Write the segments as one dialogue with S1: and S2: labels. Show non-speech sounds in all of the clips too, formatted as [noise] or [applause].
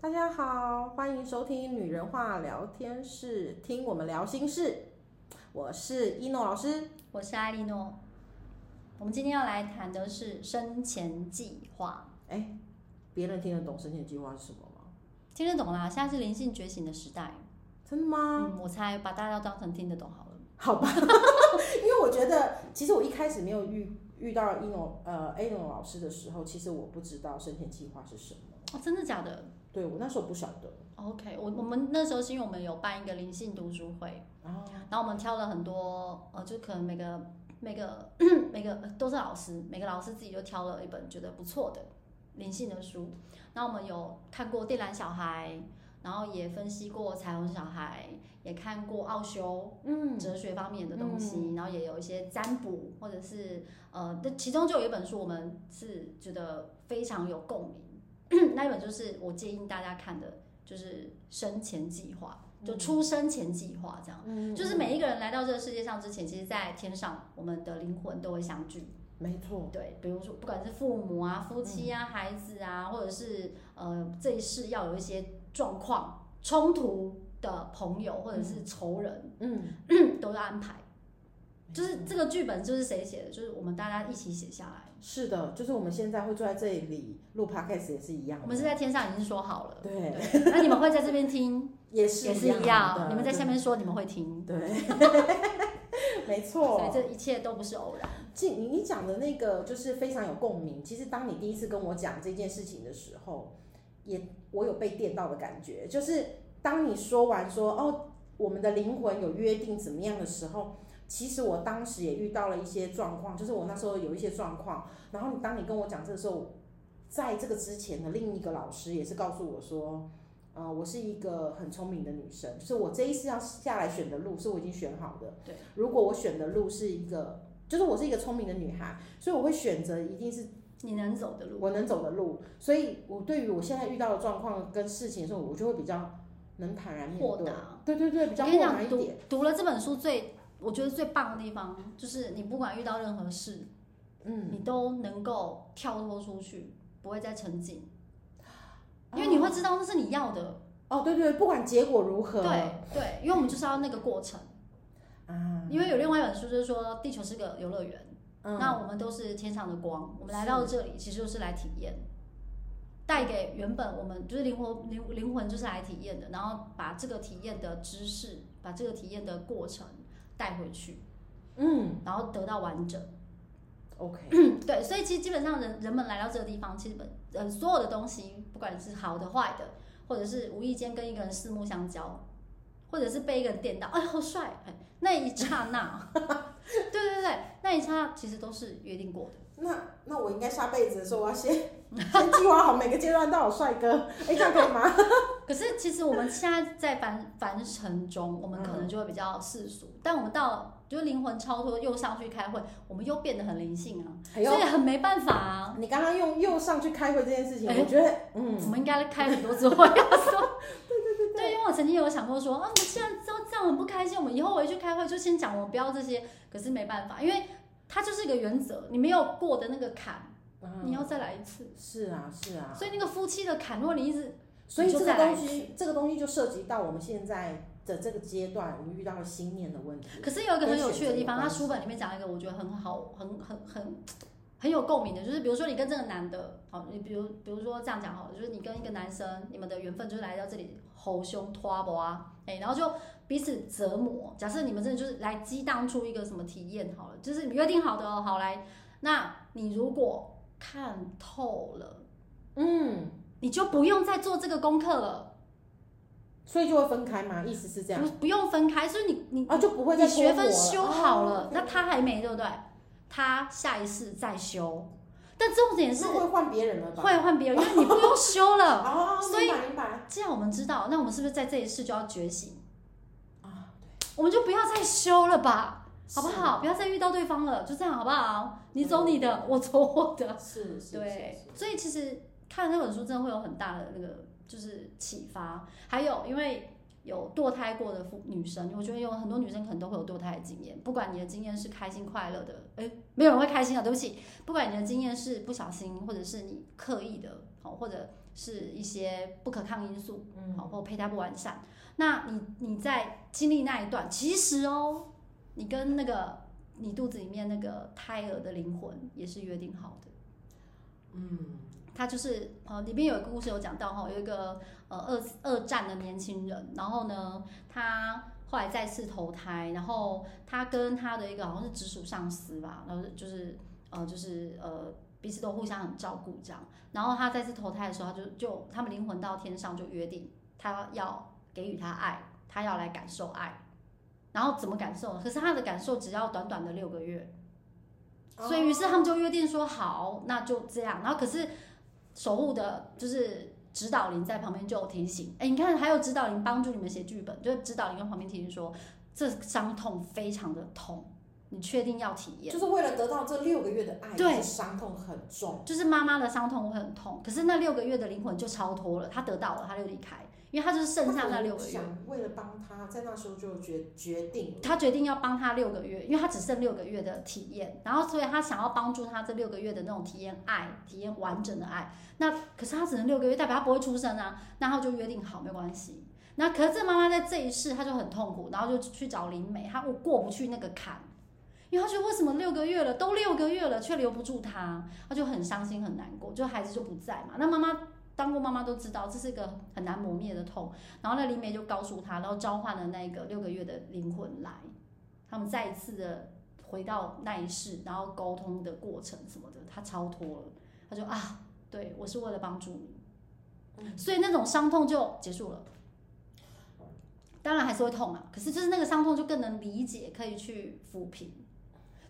S1: 大家好，欢迎收听《女人话聊天室》，听我们聊心事。我是一诺老师。
S2: 我是艾莉诺。我们今天要来谈的是生前计划，
S1: 哎，别人听得懂生前计划是什么吗？
S2: 听得懂啦？现在是灵性觉醒的时代，
S1: 真的吗？
S2: 嗯，我猜把大家当成听得懂好了。
S1: 好吧， [laughs] 因为我觉得其实我一开始没有遇遇到一诺呃 A 诺老师的时候，其实我不知道生前计划是什么。
S2: 哦，真的假的
S1: 对我那时候不晓得。
S2: ？OK，我我们那时候是因为我们有办一个灵性读书会，
S1: 哦，
S2: 然后我们挑了很多，呃，就可能每个每个 [clears throat] 每个呃都是老师，每个老师自己就挑了一本觉得不错的灵性的书。那我们有看过《电缆小孩》，然后也分析过《彩虹小孩》，也看过奥修，
S1: 嗯，
S2: 哲学方面的东西，然后也有一些占卜，或者是呃，那其中就有一本书，我们是觉得非常有共鸣。 [clears throat] 那一本就是我建议大家看的，就是生前计划，就出生前计划这样。
S1: 嗯
S2: 就是每一个人来到这个世界上之前，其实，在天上，我们的灵魂都会相聚。
S1: 没错，
S2: 对，比如说，不管是父母啊、
S1: 嗯
S2: 夫妻啊、孩子啊，或者是呃这一世要有一些状况冲突的朋友或者是仇人，
S1: 嗯，
S2: [clears throat] 都要安排，就是这个剧本就是谁写的，就是我们大家一起写下来。
S1: 是的，就是我们现在会坐在这里录 podcast 也是一样的。
S2: 我们是在天上已经说好了，
S1: 对，
S2: 对，那你们会在这边听，
S1: 也 [laughs] 是
S2: 也是
S1: 一
S2: 一样，
S1: 的
S2: 你们在下面说你们会听， [laughs]
S1: 对， [laughs] 没错。
S2: 所以这一切都不是偶然。
S1: 其你你讲的那个就是非常有共鸣。其实当你第一次跟我讲这件事情的时候，也我有被电到的感觉。就是当你说完说哦，我们的灵魂有约定怎么样的时候，其实我当时也遇到了一些状况，就是我那时候有一些状况。然后你当你跟我讲这个时候，在这个之前的另一个老师也是告诉我说。呃，我是一个很聪明的女生，就是我这一次要下来选的路是我已经选好的。
S2: 对，
S1: 如果我选的路是一个就是我是一个聪明的女孩，所以我会选择一定是
S2: 你能走的路，
S1: 我能走的路。所以我对于我现在遇到的状况跟事情的时候，我就会比较能坦然面
S2: 豁
S1: 对。
S2: 达。
S1: 对对对，比
S2: 我
S1: 较
S2: 跟
S1: 豁
S2: 你
S1: 达
S2: 讲，
S1: 一
S2: 读
S1: 点。
S2: 读了这本书最，我觉得最棒的地方就是你不管遇到任何事，
S1: 嗯，
S2: 你都能够跳脱出去，不会再沉浸，因为你会知道那是你要的。
S1: 哦，对对，不管结果如何，
S2: 对对，因为我们就是要那个过程。
S1: 啊，
S2: 因为有另外一本书就是说，地球是个游乐园，
S1: 嗯，
S2: 那我们都是天上的光，我们来到这里其实就是来体验，带给原本我们就是灵魂灵灵魂就是来体验的，然后把这个体验的知识，把这个体验的过程带回去，
S1: 嗯
S2: 然后得到
S1: [clears throat]
S2: 完整。
S1: ，OK，
S2: 对，所以其实基本上人人们来到这个地方，其实本呃所有的东西，不管是好的坏的，或者是无意间跟一个人四目相交，或者是被一个人电到，哎，好帅，哎那一刹那， [laughs] 对对对，那一刹那其实都是约定过的。
S1: 那那我应该下辈子的时候，我要先 [laughs] 先计划好每个阶段都有帅哥，哎，这样可以吗？
S2: 可是其实我们现在在凡凡尘中，我们可能就会比较世俗，但我们到就是灵魂超脱又上去开会，我们又变得很灵性啊，
S1: 哎呦
S2: [laughs] 所以，很没办法啊。
S1: 你刚刚用右上去开会这件事情，
S2: 哎
S1: 我觉得，
S2: 我
S1: 嗯，
S2: 们应该开很多次会，说，对对对对，因为我曾经有想过说，啊，我现在都这样很不开心，我们以后回去开会就先讲，我们不要这些。可是没办法，因为它就是一个原则，你没有过的那个坎，
S1: 嗯
S2: 你要再来一次。
S1: 是啊，是啊，
S2: 所以那个夫妻的坎，如果你一直
S1: 所以这个东
S2: 你就再来一
S1: 西，这个东西就涉及到我们现在的这个阶段，我们遇到了心念的问题。
S2: 可是有一个很有趣的
S1: 跟选择
S2: 地
S1: 有
S2: 方，他
S1: 关系
S2: 书本里面讲一个我觉得很好、很很很很有共鸣的，就是比如说你跟这个男的，好，你比如比如说这样讲好了，就是你跟一个男生，你们的缘分就是来到这里吼凶拖磨啊，哎、然后就彼此折磨。假设你们真的就是来激荡出一个什么体验好了，就是你约定好的哦，好来，那你如果看透了，
S1: 嗯，
S2: 你就不用再做这个功课了，
S1: 所以就会分开嘛，意思是这样
S2: 不不用分开，所以你你
S1: 啊，就不会再
S2: 你学
S1: 剥夺
S2: 分修好
S1: 哦
S2: 了，那他还没对不对？他下一次再修，但重点是
S1: 那会换别人了吧？
S2: 会换别人，因为你不用修了。
S1: 哦，
S2: 所以
S1: 明白明白
S2: 既然我们知道，那我们是不是在这一世就要觉醒？
S1: 啊，
S2: 我们就不要再修了吧，好不
S1: 是啊
S2: 好？不要再遇到对方了，就这样好不好？你走你的，我走我的。
S1: 是是，
S2: 对
S1: 是，
S2: 所以其实看那本书真的会有很大的那个就是启发，还有因为有堕胎过的妇女生，我觉得有很多女生可能都会有堕胎的经验，不管你的经验是开心快乐的，哎，没有人会开心的，对不起，不管你的经验是不小心或者是你刻意的，好或者是一些不可抗因素，嗯，好，或胚胎不完善。那你你在经历那一段，其实哦，你跟那个你肚子里面那个胎儿的灵魂也是约定好的。
S3: 嗯，
S2: 他就是呃，里面有一个故事有讲到哈，有一个呃二二战的年轻人，然后呢，他后来再次投胎，然后他跟他的一个好像是直属上司吧，然后就是呃就是呃彼此都互相很照顾这样，然后他再次投胎的时候，他就就他们灵魂到天上就约定，他要给予他爱，他要来感受爱，然后怎么感受呢？可是他的感受只要短短的六个月，所以于是他们就约定说好，那就这样。然后可是守护的就是指导灵在旁边就有提醒，哎，你看还有指导灵帮助你们写剧本，就是指导灵跟旁边提醒说，这伤痛非常的痛，你确定要体
S1: 哦
S2: 验？
S1: 就是为了得到这六个月的爱，
S2: 对
S1: 其实伤痛很重。
S2: 就是妈妈的伤痛会很痛，可是那六个月的灵魂就超脱了，他得到了，他就离开，因为他就是剩下那六个月。
S1: 想为了帮他，在那时候就决决定了，
S2: 他决定要帮他六个月，因为他只剩六个月的体验，然后所以他想要帮助他这六个月的那种体验爱，体验完整的爱。那可是他只能六个月，代表他不会出生啊。那他就约定好，没关系。那可是这妈妈在这一世，她就很痛苦，然后就去找灵媒，她过不去那个坎，因为她觉得为什么六个月了，都六个月了，却留不住他，她就很伤心很难过，就孩子就不在嘛。那妈妈当过妈妈都知道，这是一个很难磨灭的痛。然后那灵媒就告诉他，然后召唤了那个六个月的灵魂来，他们再一次的回到那一世，然后沟通的过程什么的，他超脱了。他就啊，对我是为了帮助你，所以那种伤痛就结束了。当然还是会痛啊，可是就是那个伤痛就更能理解，可以去抚平。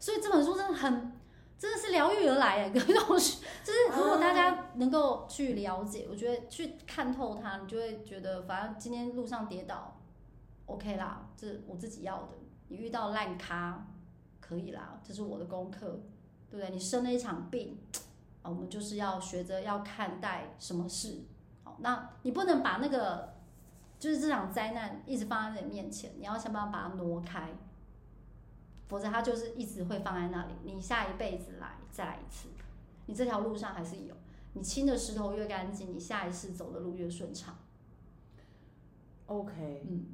S2: 所以这本书真的很，真的是疗愈而来哎，各位同学，就是如果大
S1: 啊
S2: 家能够去了解，我觉得去看透它，你就会觉得，反正今天路上跌倒，OK 啦，这是我自己要的。你遇到烂咖，可以啦，这是我的功课，对不对？你生了一场病，啊，我们就是要学着要看待什么事。好，那你不能把那个就是这场灾难一直放在你面前，你要想办法把它挪开，否则它就是一直会放在那里。你下一辈子来再来一次，你这条路上还是有。你清的石头越干净，你下一世走的路越顺畅。
S1: OK，
S2: 嗯，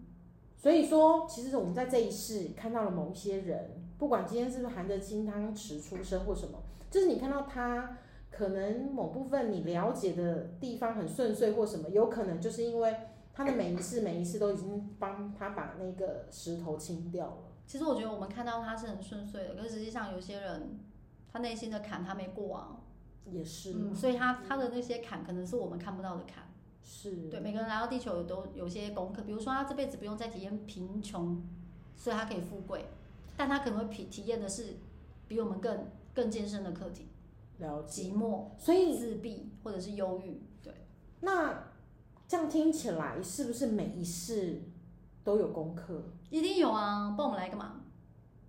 S1: 所以说，其实我们在这一世看到了某一些人，不管今天是不是含着金汤匙出生或什么，就是你看到他可能某部分你了解的地方很顺遂或什么，有可能就是因为他的每一世每一世都已经帮他把那个石头清掉了。
S2: 其实我觉得我们看到他是很顺遂的，可是实际上有些人他内心的坎他没过啊，
S1: 也是，
S2: 嗯，所以他他的那些坎可能是我们看不到的坎。
S1: 是，
S2: 对，每个人来到地球都有些功课，比如说他这辈子不用再体验贫穷，所以他可以富贵，但他可能会体体验的是比我们更更艰深的课题，
S1: 了解。
S2: 寂寞、
S1: 所以
S2: 自闭或者是忧郁。对，
S1: 那这样听起来，是不是每一世都有功课？
S2: 一定有啊，帮我们来干嘛？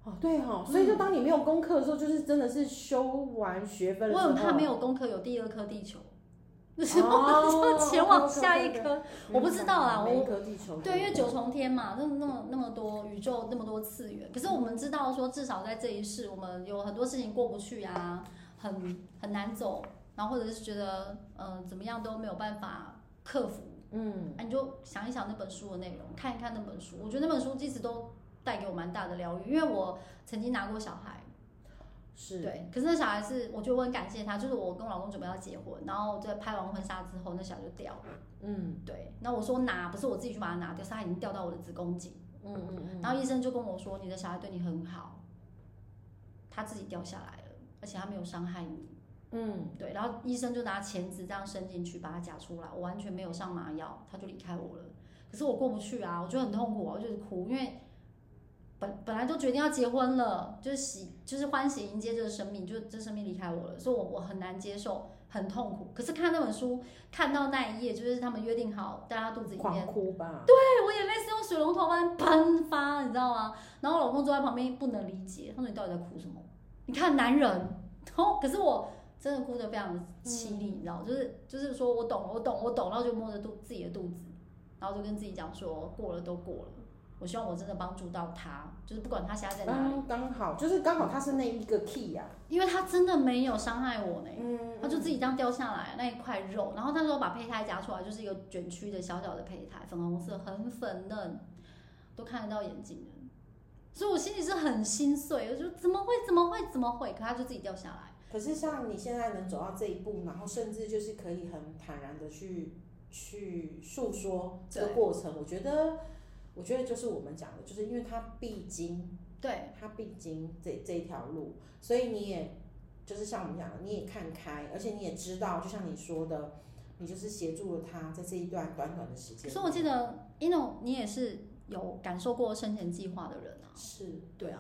S1: 哦，对哦，所以
S2: 嗯
S1: 就当你没有功课的时候，就是真的是修完学分了
S2: 我很
S1: 之
S2: 怕
S1: 后
S2: 没有功课有第二颗地球， [laughs] 就是我
S1: 哦
S2: 们就前往
S1: OK，OK，OK
S2: 下一
S1: 哦
S2: 颗。我不知道啊
S1: 嗯每一
S2: 我
S1: 颗地球
S2: 对，因为九重天嘛，那那么那么多宇宙那么多次元，可是我们知道说，至少在这一世，我们有很多事情过不去啊，很很难走，然后或者是觉得呃怎么样都没有办法克服，
S1: 嗯，
S2: 啊，你就想一想那本书的内容，看一看那本书，我觉得那本书一直都带给我蛮大的疗愈，因为我曾经拿过小孩，
S1: 是
S2: 对，可是那小孩是，我觉得我很感谢他，就是我跟我老公准备要结婚，然后在拍完婚纱之后，那小孩就掉了，
S1: 嗯
S2: 对，那我说拿不是我自己去把它拿掉，是它已经掉到我的子宫颈。
S1: 嗯嗯嗯，
S2: 然后医生就跟我说：“你的小孩对你很好，他自己掉下来了，而且他没有伤害你。
S1: 嗯，”
S2: 对，然后医生就拿钳子这样伸进去把它夹出来，我完全没有上麻药，他就离开我了。可是我过不去啊，我就很痛苦啊，我就是哭，因为本本来就决定要结婚了，就是喜就是欢喜迎接这个生命，就这生命离开我了，所以我我很难接受，很痛苦。可是看那本书，看到那一页，就是他们约定好，大家肚子里面
S1: 狂哭吧，对，
S2: 对我眼泪是用水龙头般喷发，你知道吗？然后我老公坐在旁边不能理解，他说你到底在哭什么？你看男人， [laughs] 然后可是我真的哭得非常凄厉，你知道，就是就是说我懂了，我懂，我懂，然后就摸着肚自己的肚子，然后就跟自己讲说过了都过了，我希望我真的帮助到他，就是不管他现在在哪里，
S1: 刚嗯刚好就是刚好他是那一个 key 呀、
S2: 因为他真的没有伤害我呢。
S1: 嗯
S2: 他就自己这样掉下来那一块肉，然后那时候把胚胎夹出来，就是一个卷曲的小小的胚胎，粉红色，很粉嫩，都看得到眼睛的。所以我心里是很心碎，我就怎么会怎么会怎么会？可他就自己掉下来。
S1: 可是像你现在能走到这一步，然后甚至就是可以很坦然的去去诉说这个
S2: 对
S1: 过程，我觉得，我觉得就是我们讲的，就是因为他必经，
S2: 对
S1: 他必经这这一条路，所以你也就是像我们讲的，你也看开，而且你也知道，就像你说的，你就是协助了他在这一段短短的时间内，
S2: 所以我记得 ino 你也是有感受过生前计划的人啊。
S1: 是
S2: 对啊，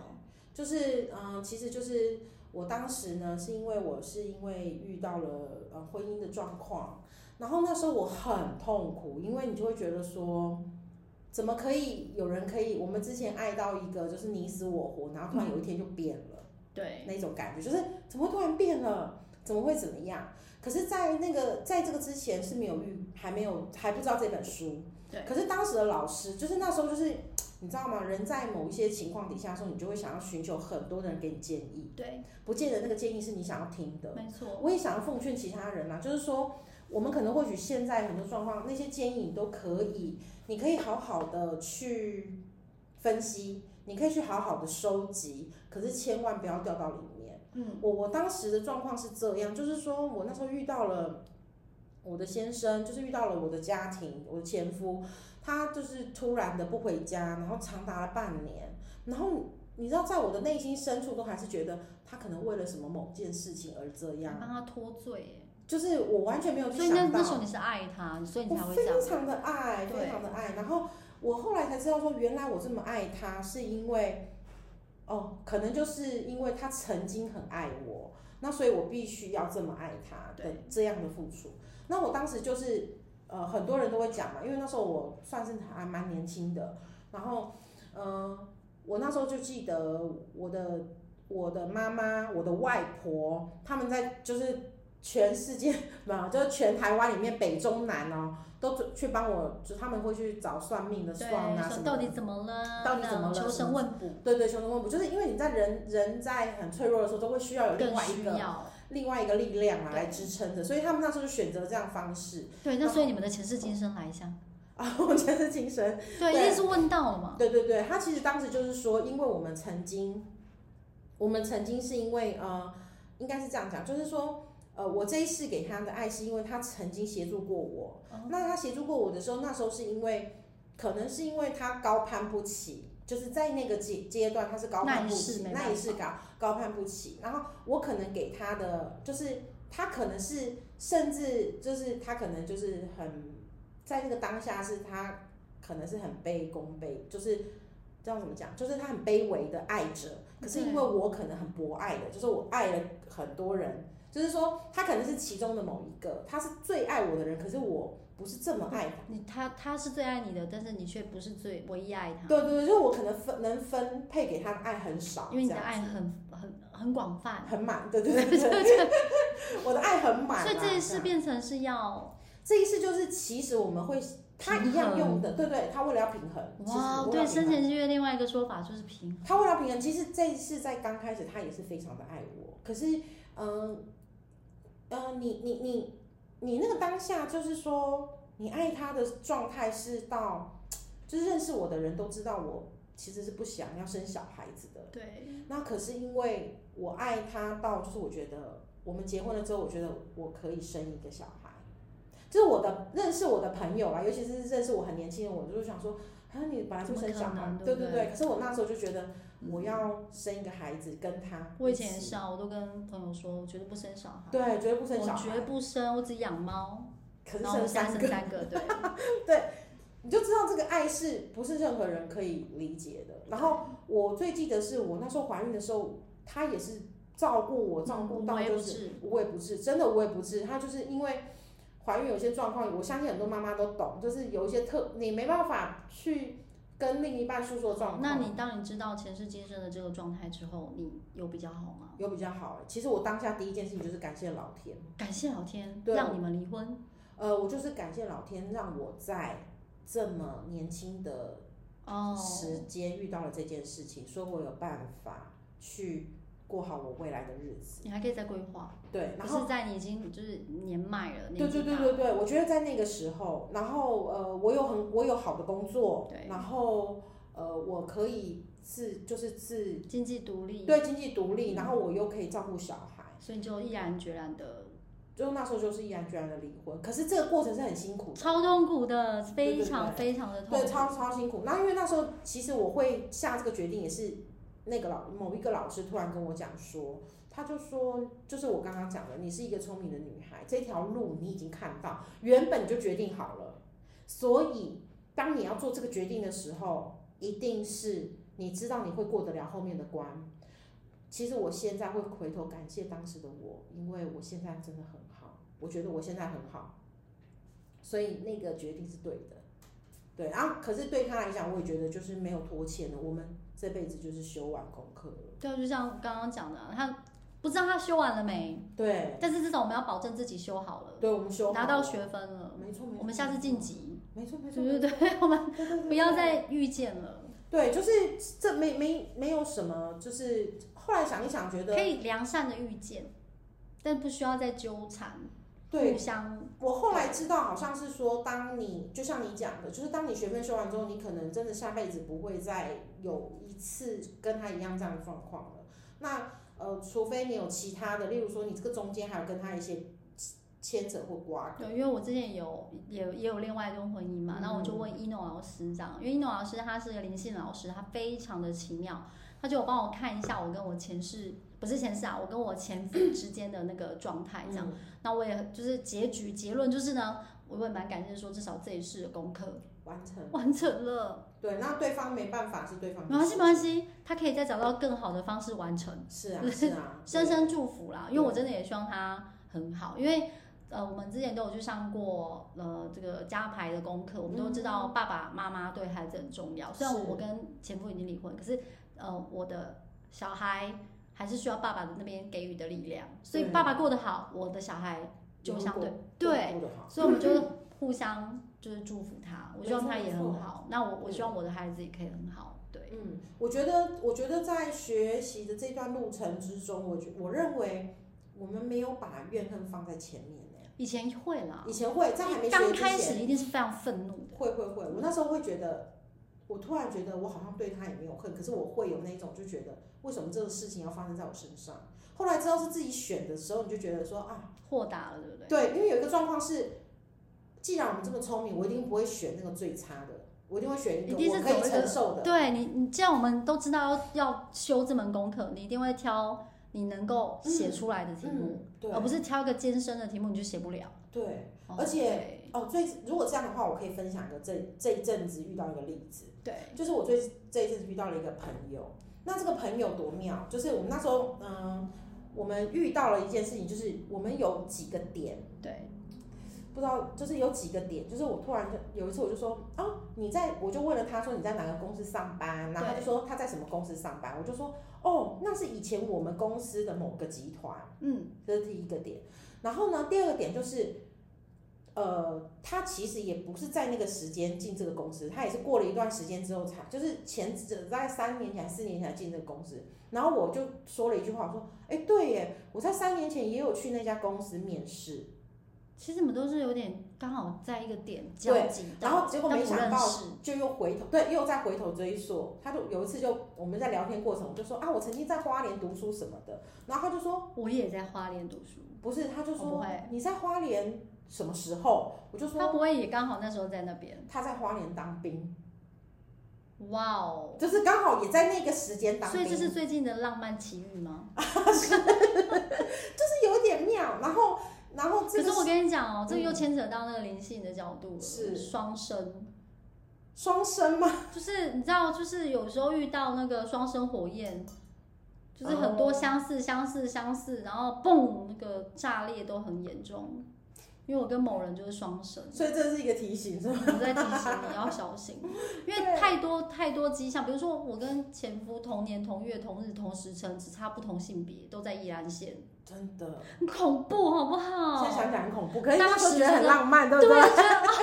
S1: 就是嗯、呃其实就是我当时呢，是因为我是因为遇到了呃婚姻的状况，然后那时候我很痛苦，因为你就会觉得说，怎么可以有人可以我们之前爱到一个就是你死我活，然后突然有一天就变了。
S2: 对
S1: 那种感觉，就是怎么会突然变了，怎么会怎么样？可是，在那个在这个之前是没有遇，还没有还不知道这本书。
S2: 对
S1: 可是当时的老师，就是那时候就是，你知道吗？人在某一些情况底下的时候，你就会想要寻求很多人给你建议，
S2: 对，
S1: 不见得那个建议是你想要听的。
S2: 没错，
S1: 我也想要奉劝其他人啦、就是说，我们可能或许现在很多状况，那些建议你都可以，你可以好好的去分析，你可以去好好的收集，可是千万不要掉到里面。
S2: 嗯，
S1: 我我当时的状况是这样，就是说我那时候遇到了我的先生，就是遇到了我的家庭，我的前夫，他就是突然的不回家，然后长达了半年，然后你知道，在我的内心深处都还是觉得他可能为了什么某件事情而这
S2: 你
S1: 样，
S2: 帮他脱罪耶。
S1: 就是我完全没有去
S2: 所以那
S1: 想到
S2: 那时。候你是爱他，所以你
S1: 我
S2: 才会这样
S1: 非。常的爱，
S2: 对
S1: 非常的爱。然后我后来才知道说，原来我这么爱他，是因为，哦，可能就是因为他曾经很爱我，那所以我必须要这么爱他的
S2: 对
S1: 这样的付出。那我当时就是，呃，很多人都会讲嘛，因为那时候我算是还蛮年轻的，然后，嗯、我那时候就记得我的我的妈妈、我的外婆，他们在就是全世界 [laughs] 没有，啊就是全台湾里面北中南哦，都去帮我，就他们会去找算命的
S2: 对，
S1: 算啊什
S2: 说
S1: 么
S2: 到
S1: 的
S2: 底怎么了？
S1: 到底怎么了
S2: 求神问卜
S1: 对对，求神问卜，就是因为你在人人在很脆弱的时候，都会需要有另
S2: 更
S1: 外一
S2: 需
S1: 个
S2: 要。
S1: 另外一个力量啊
S2: 对
S1: 来支撑着，所以他们那时候就选择这样方式 [laughs]
S2: 对，
S1: 然
S2: 那
S1: 后
S2: 所以你们的前世今生来一下。
S1: 啊，我觉得是精神
S2: 对，
S1: 对
S2: 一定是问到了嘛。
S1: 对对对，他其实当时就是说，因为我们曾经，我们曾经是因为呃，应该是这样讲，就是说。呃，我这一世给他的爱是因为他曾经协助过我。
S2: 哦
S1: 那他协助过我的时候，那时候是因为，可能是因为他高攀不起，就是在那个阶阶段他是高攀不起，
S2: 那一世没办法
S1: 那一世高高攀不起。然后我可能给他的就是，他可能是甚至就是他可能就是很在那个当下是他可能是很卑躬卑，就是这样怎么讲？就是他很卑微的爱着，可是因为我可能很博爱的，就是我爱了很多人，就是说他可能是其中的某一个，他是最爱我的人，可是我不是这么爱他。
S2: 你他他是最爱你的，但是你却不是最唯一爱他，
S1: 对对对，就是我可能分能分配给他的爱很少，
S2: 因为你的
S1: 这样
S2: 爱很很很广泛，
S1: 很满，对对对对，我的爱很满啊、
S2: 所以这一世
S1: 样
S2: 变成是要
S1: 这一次就是其实我们会他一样用的，对对，他为了要平衡，其实
S2: 哇，
S1: 为了
S2: 对，
S1: 要平
S2: 生
S1: 衡
S2: 前契约另外一个说法就是平
S1: 他为了平衡，其实这一次在刚开始他也是非常的爱我，可是，嗯、呃，你你你你那个当下就是说，你爱他的状态是到，就是认识我的人都知道我其实是不想要生小孩子的，
S2: 衡，对，
S1: 那可是因为我爱他到，就是我觉得我们结婚了之后，我觉得我可以生一个小孩。就是我的认识我的朋友啊，尤其是认识我很年轻的，我就想说，啊，你本来就生小
S2: 怎么可
S1: 孩
S2: 能，
S1: 对
S2: 对不对嗯
S1: 对。可是我那时候就觉得，我要生一个孩子跟他
S2: 我以
S1: 一起，
S2: 前也是啊，我都跟朋友说，我绝对不生小孩，
S1: 对，绝对不生小
S2: 我绝
S1: 孩。
S2: 不生，我只养猫，
S1: 可是
S2: 然后我
S1: 生
S2: 们家
S1: 三
S2: 生
S1: 个，
S2: 三个，对，
S1: 你就知道这个爱是不是任何人可以理解的。然后我最记得是我那时候怀孕的时候，他也是照顾 [laughs] 我，照顾
S2: 无
S1: 到
S2: 微
S1: 就
S2: 嗯不
S1: 是
S2: 至，
S1: 无微不至，真的无微不至。他就是因为怀孕有些状况，我相信很多妈妈都懂，就是有一些特你没办法去跟另一半诉说状况。
S2: 那你当你知道前世今生的这个状态之后，你有比较好吗？
S1: 有比较好、欸。其实我当下第一件事情就是感谢老天，
S2: 感谢老天
S1: 对
S2: 让你们离婚，
S1: 呃，我就是感谢老天让我在这么年轻的
S2: 哦，
S1: 时间遇到了这件事情，说我有办法去过好我未来的日子。
S2: 你还可以再规划，
S1: 对，
S2: 不
S1: 然后
S2: 是在你已经就是年迈了，
S1: 对
S2: 年纪
S1: 对对
S2: 大
S1: 对对，我觉得在那个时候，然后呃，我有很我有好的工作，
S2: 对
S1: 然后呃，我可以自就是自
S2: 经济独立，
S1: 对经济独立，然后我又可以照顾小孩。
S2: 所以你就毅然决然的，
S1: 就那时候就是毅然决然的离婚，可是这个过程是很辛苦的，
S2: 超痛苦的，
S1: 对
S2: 非
S1: 对
S2: 常非常的痛
S1: 对，
S2: 苦，
S1: 超超辛苦。那因为那时候其实我会下这个决定，也是那个老某一个老师突然跟我讲说，他就说，就是我刚刚讲的，你是一个聪明的女孩，这条路你已经看到，原本你就决定好了，所以当你要做这个决定的时候，一定是你知道你会过得了后面的关。其实我现在会回头感谢当时的我，因为我现在真的很好，我觉得我现在很好，所以那个决定是对的。对啊，可是对他来讲，我也觉得就是没有拖欠的，我们这辈子就是修完功课了。
S2: 对啊，就像刚刚讲的啊，他不知道他修完了没，
S1: 对，
S2: 但是至少我们要保证自己修好了，
S1: 对我们修好
S2: 拿到
S1: 了
S2: 学分了，
S1: 没错没错，
S2: 我们下次晋级，
S1: 没错没错，
S2: 对对对， [laughs] 我们
S1: 对对对
S2: 不要再遇见了，
S1: 对，就是这没没没有什么，就是后来想一想，觉
S2: 可
S1: 得
S2: 以良善的遇见，但不需要再纠缠，
S1: 对
S2: 互相
S1: 我后来知道，好像是说，当你就像你讲的，就是当你学分修完之后，你可能真的下辈子不会再有一次跟他一样这样的状况了。那呃，除非你有其他的，例如说你这个中间还有跟他一些牵扯或瓜葛，
S2: 对，因为我之前有也也有另外一段婚姻嘛，然后我就问一诺老师这样，因为一诺老师他是个灵性老师，他非常的奇妙，他就有帮我看一下我跟我前世不是前世啊，我跟我前夫之间的那个状态这样。那我也就是结局结论就是呢，我也蛮感谢说至少这一世的功课
S1: 完成。
S2: 完成了，
S1: 对，那对方没办法是对方
S2: 没
S1: 的
S2: 关
S1: 事
S2: 系没关系，他可以再找到更好的方式完成。
S1: 是啊是啊，
S2: [laughs] 深深祝福啦，因为我真的也希望他很好，因为呃，我们之前都有去上过呃这个家排的功课，我们都知道爸爸妈妈对孩子很重要。虽然我
S1: 嗯是
S2: 我跟前夫已经离婚，可是呃我的小孩还是需要爸爸的那边给予的力量，所以
S1: 对
S2: 爸爸过得好，我的小孩就相对对，
S1: 过得好，
S2: 所以我们就互相就是祝福他，我希望
S1: 没错
S2: 他也
S1: 没
S2: 很
S1: 错
S2: 好，那我我
S1: 嗯
S2: 希望我的孩子也可以很好，对，
S1: 嗯，我觉得，我觉得在学习的这段路程之中，我觉我认为我们没有把怨恨放在前面呢、
S2: 以前会啦
S1: 以。前会在还没学
S2: 啊刚
S1: 之
S2: 开
S1: 前
S2: 始一定是非常愤怒的，
S1: 会会会，我那时候会觉得，我突然觉得我好像对他也没有恨，可是我会有那种就觉得为什么这个事情要发生在我身上？后来知道是自己选的时候，你就觉得说啊，
S2: 豁达了，对不对？
S1: 对，因为有一个状况是，既然我们这么聪明，我一定不会选那个最差的，我一定会选一
S2: 一
S1: 个
S2: 定
S1: 我
S2: 是
S1: 可以
S2: 走一个
S1: 承受的。
S2: 对你，你既然我们都知道要要修这门功课，你一定会挑你能够写出来的题目，
S1: 嗯，对
S2: 而哦不是挑一个艰深的题目你就写不了。
S1: 对。
S2: 哦
S1: 而且
S2: 对
S1: 哦，最如果这样的话，我可以分享一个这这一阵子遇到一个例子，
S2: 对，
S1: 就是我最这一阵子遇到了一个朋友。那这个朋友多妙，就是我们那时候，嗯，我们遇到了一件事情，就是我们有几个点，
S2: 对
S1: 不知道就是有几个点，就是我突然就有一次我就说啊，你在，我就问了他说你在哪个公司上班，然后他就说他在什么公司上班，我就说哦，那是以前我们公司的某个集团，
S2: 嗯，
S1: 这是第一个点。然后呢，第二个点就是，呃，他其实也不是在那个时间进这个公司，他也是过了一段时间之后才，就是前大概三年前、四年前进这个公司。然后我就说了一句话，我说：“哎，对耶，我在三年前也有去那家公司面试，
S2: 其实我们都是有点刚好在一个点交
S1: 对
S2: 集到，
S1: 然后结果
S2: 但
S1: 没
S2: 不
S1: 想
S2: 认
S1: 到
S2: 识
S1: 就又回头对，又再回头追溯。”他就有一次就我们在聊天过程，我就说：“啊，我曾经在花莲读书什么的。”然后他就说：“
S2: 我也在花莲读书，
S1: 不是，他就
S2: 我哦不
S1: 说
S2: 会
S1: 你在花莲什么时候？”我就说：“
S2: 他不会也刚好那时候在那边，
S1: 他在花莲当兵，
S2: 哇哦！
S1: 就是刚好也在那个时间当
S2: 所
S1: 兵，
S2: 以这是最近的浪漫奇遇吗？
S1: 就是有点妙。然后，然后
S2: 可
S1: 这
S2: 是
S1: 个
S2: 我跟你讲哦，这个又
S1: 嗯
S2: 牵扯到那个灵性的角度了，
S1: 是
S2: 双生。
S1: 双生嘛，
S2: 就是你知道，就是有时候遇到那个双生火焰，就是很多
S1: 哦，
S2: 相似、相似、相似，然后嘣，那个炸裂都很严重。因为我跟某人就是双生
S1: 所以这是一个提醒，是吧？
S2: 我在提醒你要小
S1: [laughs]
S2: 心，因为
S1: 对
S2: 太多太多迹象。比如说，我跟前夫同年同月同日同时辰，只差不同性别，都在宜兰县，
S1: 真的，
S2: 很恐怖，好不
S1: 现
S2: 好
S1: 在？想起来很恐怖，可是
S2: 哦当
S1: 那时候
S2: 时
S1: 觉得
S2: 觉
S1: 很
S2: 得
S1: 浪漫，对
S2: 对，
S1: 不 [laughs]
S2: 觉
S1: 对？
S2: 得啊，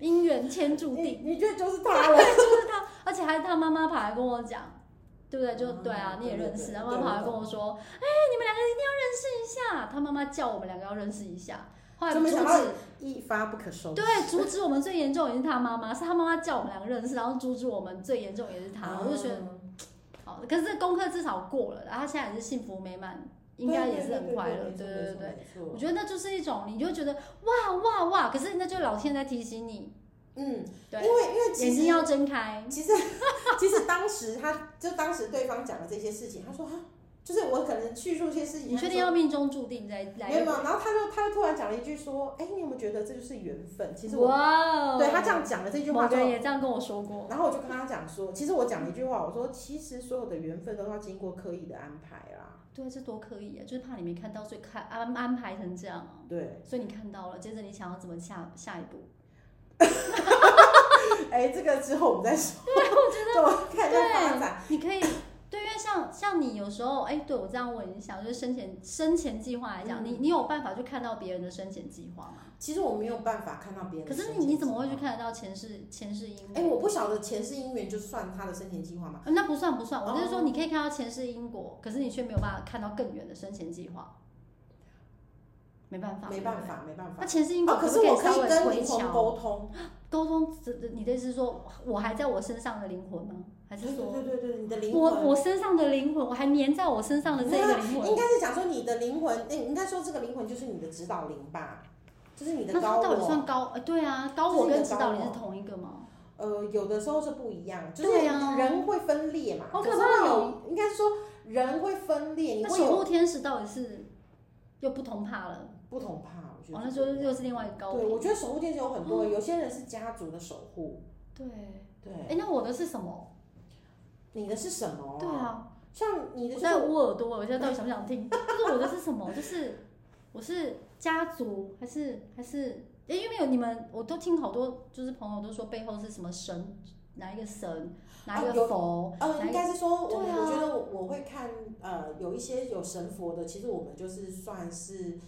S2: 姻缘天注定， [laughs]
S1: 你你觉得就是他了，
S2: 就是他，而且还他妈妈跑来跟我讲，对不对？就
S1: 嗯
S2: 对啊，你也认识，
S1: 对对对
S2: 他妈妈跑来跟我说，哎，你们两个一定要认识一下。他妈妈叫我们两个要认识一下，后来
S1: 这
S2: 阻
S1: 么想到
S2: 止，
S1: 一发不可收拾。
S2: 对，阻止我们最严重也是他妈妈，是他妈妈叫我们两个认识，然后阻止我们最严重也是他，我就觉得
S1: 嗯
S2: 好，可是这功课至少过了，然后他现在也是幸福美满，应该也是很快乐，对对对对。
S1: 没错。没
S2: 我
S1: 错
S2: 觉得那就是一种，你就觉得哇哇哇，可是那就是老天在提醒你，
S1: 嗯，
S2: 对
S1: 因为因为其
S2: 眼
S1: 实
S2: 睛要睁开。
S1: 其实 [laughs] 其实当时他就当时对方讲的这些事情，他说啊，就是我可能叙述一些事情，
S2: 你确定要命中注定再
S1: 他
S2: 来
S1: 就说？没有
S2: 一
S1: 没
S2: 回？
S1: 有，然后他就他就突然讲了一句说，哎，你有没有觉得这就是缘分？其实我
S2: 哇哦！
S1: 对他这样讲了这句话
S2: 某
S1: 之
S2: 个人
S1: 后，
S2: 也这样跟我说过。
S1: 然后我就跟他讲说，其实我讲了一句话，我说其实所有的缘分都要经过刻意的安排啦，
S2: 对，这多可以啊！就是怕你没看到，所以看安安排成这样啊。
S1: 对，
S2: 所以你看到了，接着你想要怎么下下一步？
S1: 哎，这个之后我们再说，对，我觉得看一下发展，
S2: 你可以对，因为像像你有时候，哎，对我这样问一下，就是生前生前计划来讲，
S1: 嗯
S2: 你你有办法去看到别人的生前计划吗？
S1: 其实我没有办法看到别人，
S2: 可是你你怎么会去？看得到前世前世因
S1: 哎，
S2: 果？
S1: 我不晓得前世姻缘就算他的生前计划吗？
S2: 呃那不算不算，我就是
S1: 哦
S2: 说你可以看到前世因果，可是你却没有办法看到更远的生前计划，没办法，
S1: 没
S2: 对
S1: 办
S2: 不对。
S1: 法，没办法
S2: 那。前世因果
S1: 哦，可
S2: 不
S1: 是我可
S2: 稍
S1: 以
S2: 微
S1: 跟
S2: 微
S1: 灵魂
S2: 调
S1: 沟通，
S2: 沟通？这这你的意思是说我还在我身上的灵魂呢，还是
S1: 对
S2: 说
S1: 对对对对，你的灵魂，
S2: 我我身上的灵魂，我还粘在我身上的这个灵
S1: 应
S2: 魂？
S1: 该是讲说你的灵魂，哎、应该说这个灵魂就是你的指导灵吧，就是你的
S2: 那
S1: 高
S2: 它到底
S1: 我。
S2: 算高？呃，对啊，高
S1: 这是
S2: 我
S1: 你的
S2: 跟指导
S1: 高
S2: 灵
S1: 我
S2: 是同一个吗？
S1: 呃，有的时候是不一样，就是
S2: 对啊
S1: 人会分裂嘛，
S2: 好可
S1: 有时
S2: 怕
S1: 候
S2: 哦
S1: 有，应该说人会分裂，你
S2: 那
S1: 会
S2: 守
S1: 有
S2: 护天使到底是又不同怕了？
S1: 不同怕，我觉得。
S2: 哦，那就是又是另外一个高
S1: 对，我
S2: 频。嗯
S1: 觉得守护天使有很多，有些人是家族的守护，
S2: 对，
S1: 对，哦
S2: 哎，那我的是什么？
S1: 你的是什么？
S2: 对，啊，
S1: 像你的就
S2: 我在
S1: 是
S2: 捂耳朵，我现在到底想不想听？就是我的是什么？就是我是家族还是还是？诶因为有你们，我都听好多，就是朋友都说背后是什么神，哪一个神，哪
S1: 啊
S2: 一个
S1: 有
S2: 佛，
S1: 呃，应该是说，我、
S2: 对啊
S1: 我觉得我我会看呃，有一些有神佛的，其实我们就是算是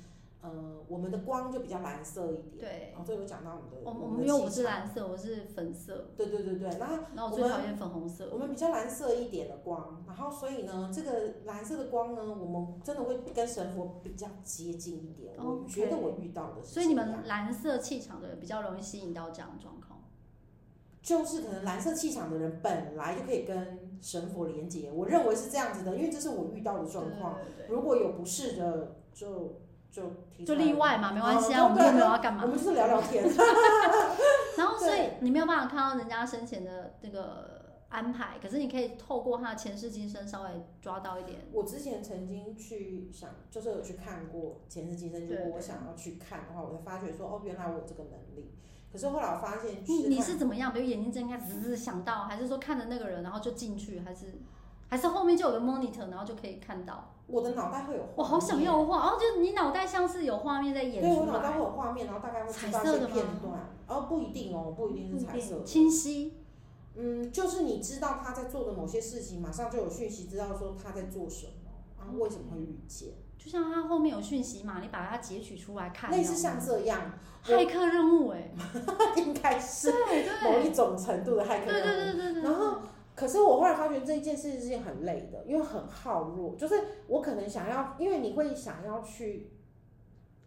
S1: 呃，我们的光就比较蓝色一点。
S2: 对，
S1: 哦，这有讲到我们的
S2: 我
S1: 我
S2: 我
S1: 的
S2: 们因为我
S1: 气
S2: 是
S1: 场
S2: 蓝色，我是粉色，
S1: 对对对对，那
S2: 然后
S1: 我
S2: 我最
S1: 们
S2: 讨厌粉红色
S1: 我。们比较蓝色一点的光，然后所以呢，这个蓝色的光呢，我们真的会跟神佛比较接近一点。我
S2: OK
S1: 觉得我遇到的是这样，
S2: 所以你们蓝色气场的人比较容易吸引到这样的状况。
S1: 就是可能蓝色气场的人本来就可以跟神佛连接，我认为是这样子的，因为这是我遇到的状况。
S2: 对对
S1: 如果有不适的，就就提
S2: 对，
S1: 出
S2: 就
S1: 来
S2: 例，外嘛，没关系啊，
S1: 哦
S2: 我们又没有要干嘛
S1: 我。们就是聊聊天。 [laughs]
S2: 然后，所以你没有办法看到人家生前的那个安排，可是你可以透过他的前世今生稍微抓到一点。
S1: 我之前曾经去想，就是有去看过前世今生，如
S2: 对
S1: 果我
S2: 对
S1: 想要去看的话，我才发觉说，哦，原来我有这个能力。可是后来我发现，
S2: 你你
S1: 看
S2: 是怎么样？比如眼睛睁开，只是想到，还是说看着那个人，然后就进去，还是还是后面就有个 monitor，然后就可以看到？
S1: 我的脑袋会有画面，
S2: 我好想要画，然后就你脑袋像是有画面在演
S1: 对我
S2: 出
S1: 脑袋
S2: 来
S1: 会，有画面，然后大概会知
S2: 彩
S1: 道一
S2: 色
S1: 些
S2: 的吗
S1: 片段。哦，不一定哦，不一定是彩色的。
S2: 清晰。
S1: 嗯，就是你知道他在做的某些事情，马上就有讯息知道说他在做什么，啊，为什么会遇见，
S2: 就像它后面有讯息嘛，你把它截取出来嗯看，
S1: 类似像这
S2: [laughs]
S1: 样，
S2: 你知道吗骇客任务哎、
S1: 应该是
S2: 对
S1: 某
S2: 对
S1: 一种程度的骇客
S2: 对对
S1: 任务。
S2: 对对对，
S1: 然后，可是我后来发觉这一件事是件很累的，因为很耗弱。就是我可能想要，因为你会想要去，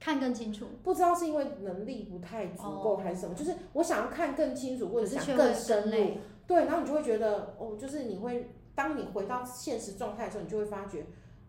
S2: 看更清楚，
S1: 不知道是因为能力不太足够
S2: 哦
S1: 还是什么，就是我想要看更清楚，或者
S2: 可是
S1: 想
S2: 却会
S1: 更
S2: 更
S1: 深入
S2: 累。
S1: 对，然后你就会觉得，哦，就是你会，当你回到现实状态的时候，你就会发觉，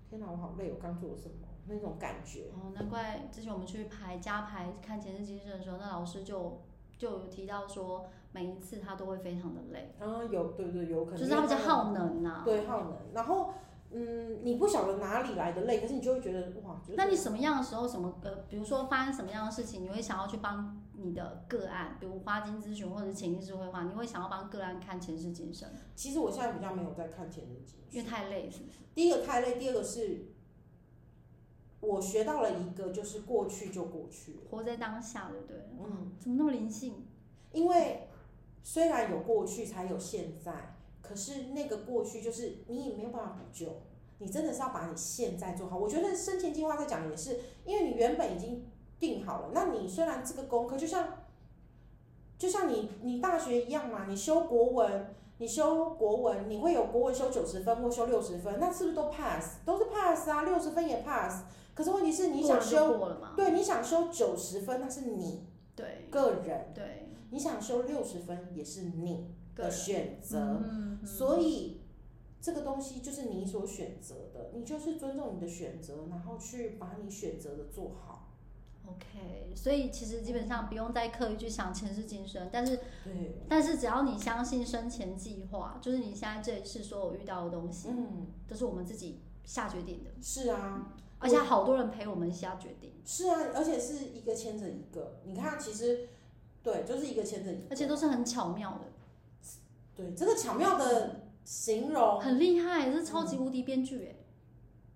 S1: 天哪，我好累，我刚做了什么那种感觉。
S2: 哦，难怪之前我们去排加排看前世今生的时候，那老师就就有提到说，每一次他都会非常的累，
S1: 然后有，对对，有可能
S2: 就是他比较
S1: 因为
S2: 耗能啊呐、
S1: 对耗能，然后。嗯，你不晓得哪里来的累，可是你就会觉得哇，就是、
S2: 那你什么样的时候，什么呃，比如说发生什么样的事情，你会想要去帮你的个案，比如花精咨询或者潜意识绘画，你会想要帮个案看前世今生，
S1: 其实我现在比较没有在看前日记，
S2: 因为太累是不是？
S1: 第一个太累，第二个是，我学到了一个就是过去就过去了。
S2: 活在当下，对不对？
S1: 嗯，
S2: 怎么那么灵性？
S1: 因为虽然有过去才有现在，可是那个过去就是你也没有办法补救，你真的是要把你现在做好。我觉得生前计划在讲的也是，因为你原本已经定好了，那你虽然这个功课就像就像你你大学一样嘛，你修国文。你修国文，你会有国文修九十分或修六十分，那是不是都 pass？都是 pass 啊，六十分也 pass。可是问题是你想
S2: 过了
S1: 修，
S2: 就过了嘛？
S1: 对，你想修九十分，那是你
S2: 对
S1: 个人；
S2: 对，
S1: 你想修六十分，也是你
S2: 个
S1: 的
S2: 人
S1: 选择。
S2: 嗯，嗯
S1: 所以这个东西就是你所选择的，你就是尊重你的选择，然后去把你选择的做好。
S2: OK，所以其实基本上不用再刻意去想前世今生，但是
S1: 对，
S2: 但是只要你相信生前计划，就是你现在这一世所有遇到的东西，
S1: 嗯，
S2: 都是我们自己下决定的，
S1: 是啊。
S2: 而且好多人陪我们下决定，
S1: 是啊，而且是一个牵着一个。你看，其实对，就是一个牵着一个，
S2: 而且都是很巧妙
S1: 对这个巧妙的形容
S2: 的，，很厉害，这是超
S1: 嗯
S2: 级无敌编剧哎！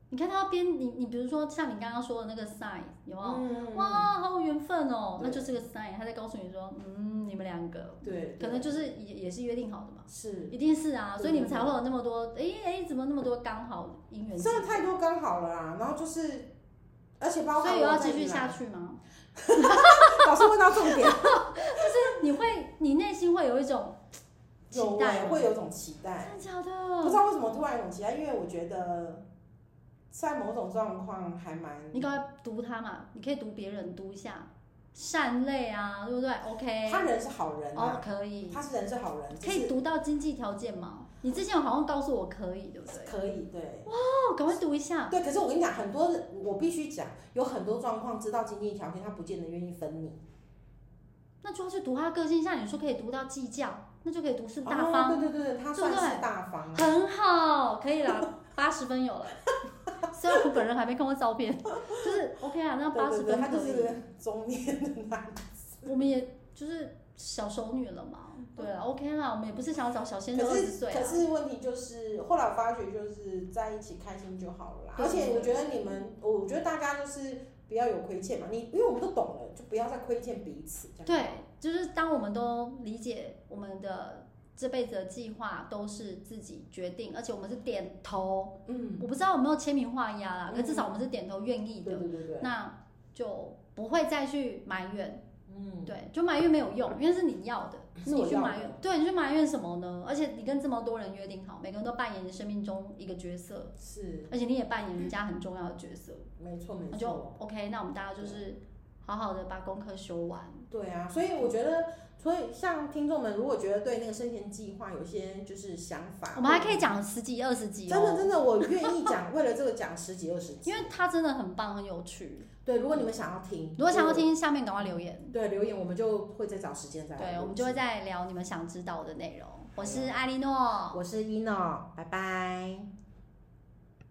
S2: 你看他要编你，你比如说像你刚刚说的那个 sign 有没有？
S1: 嗯，
S2: 哇，好有缘分哦，
S1: 对
S2: 那就是个 sign，他在告诉你说，嗯，你们两个
S1: 对，
S2: 可
S1: 对
S2: 能就是也也是约定好的嘛。
S1: 是，
S2: 一定是啊，
S1: 对
S2: 所以你们才会有那么多，哎哎，怎么那么多刚好姻缘？
S1: 真的太多刚好了啦。然后就是，而且包
S2: 所
S1: 含
S2: 以
S1: 我在
S2: 要
S1: 啊
S2: 继续
S1: 以来
S2: 下，去吗？
S1: 老师问到重点，
S2: 你会，你内心会有一种期
S1: 有
S2: 待
S1: 欸
S2: 吗
S1: 会有种期待，
S2: 真的假
S1: 不知
S2: 的？
S1: 道为什么突然有种期待，因为我觉得在某种状况还蛮
S2: 你赶快读它嘛，你可以读别人读一下，善类啊，对不对？OK，
S1: 他人是好人
S2: 哦
S1: 啊，，
S2: 可以，
S1: 他是人是好人，只
S2: 可以
S1: 是
S2: 读到经济条件吗？你之前好像告诉我可以，对不对？
S1: 可以对。
S2: 哦，赶快读一下，
S1: 对，可是我跟你讲，很多人我必须讲，有很多状况知道经济条件，他不见得愿意分你。
S2: 那就要去读他个性，像你说可以读到计较，那就可以读是大
S1: 哦
S2: 方，
S1: 对对对对，他算
S2: 对不
S1: 是大方啊。
S2: 很好，可以啦，八十分有了。虽然我本人还没看过照片，就是 OK 啊，那八
S1: 对
S2: 十
S1: 对对，
S2: 分
S1: 他
S2: 可
S1: 就
S2: 以。
S1: 是中年的男，
S2: 我们也就是小熟女了嘛，对啊，OK 啦，我们也不是想要找小鲜肉
S1: 嗯可
S2: 二十
S1: 是
S2: 岁
S1: 可
S2: 啊。
S1: 是问题就是，后来我发觉就是在一起开心就好了啦。
S2: 对
S1: 而且我
S2: 对
S1: 觉得你们，我觉得大家就是不要有亏欠嘛。你因为我们都懂了，就不要再亏欠彼此。这样
S2: 对，就是当我们都理解我们的这辈子的计划都是自己决定，而且我们是点头，
S1: 嗯，
S2: 我不知道有没有签名画押啦，
S1: 嗯
S2: 可至少我们是点头愿意
S1: 对
S2: 的，
S1: 对对对，
S2: 那就不会再去埋怨。
S1: 嗯，
S2: 对，就埋怨没有用，因为是你要的，
S1: 是
S2: 是你
S1: 我
S2: 去
S1: 要
S2: 埋
S1: 的
S2: 怨，对，你去埋怨什么呢？而且你跟这么多人约定好，每个人都扮演你生命中一个角色，
S1: 是
S2: 而且你也扮演人家很重要的角色，
S1: 没错没
S2: 那就
S1: 错。
S2: OK。那我们大家就是好好的把功课修完，
S1: 对啊，所以我觉得，所以像听众们如果觉得对那个生前计划有些就是想法，
S2: 我们还可以讲十几二十集
S1: 真的
S2: 哦，
S1: 真的，我愿意讲，为了这个讲十几二十集
S2: 因。为它真的很棒，很有趣。
S1: 对，如果你们想要听，
S2: 如果想要，听，下面赶快留言，
S1: 对留言我们就会再找时间再来录制。
S2: 对我们就会再聊你们想知道的内容。我是艾莉诺，
S1: 我是一诺，拜拜。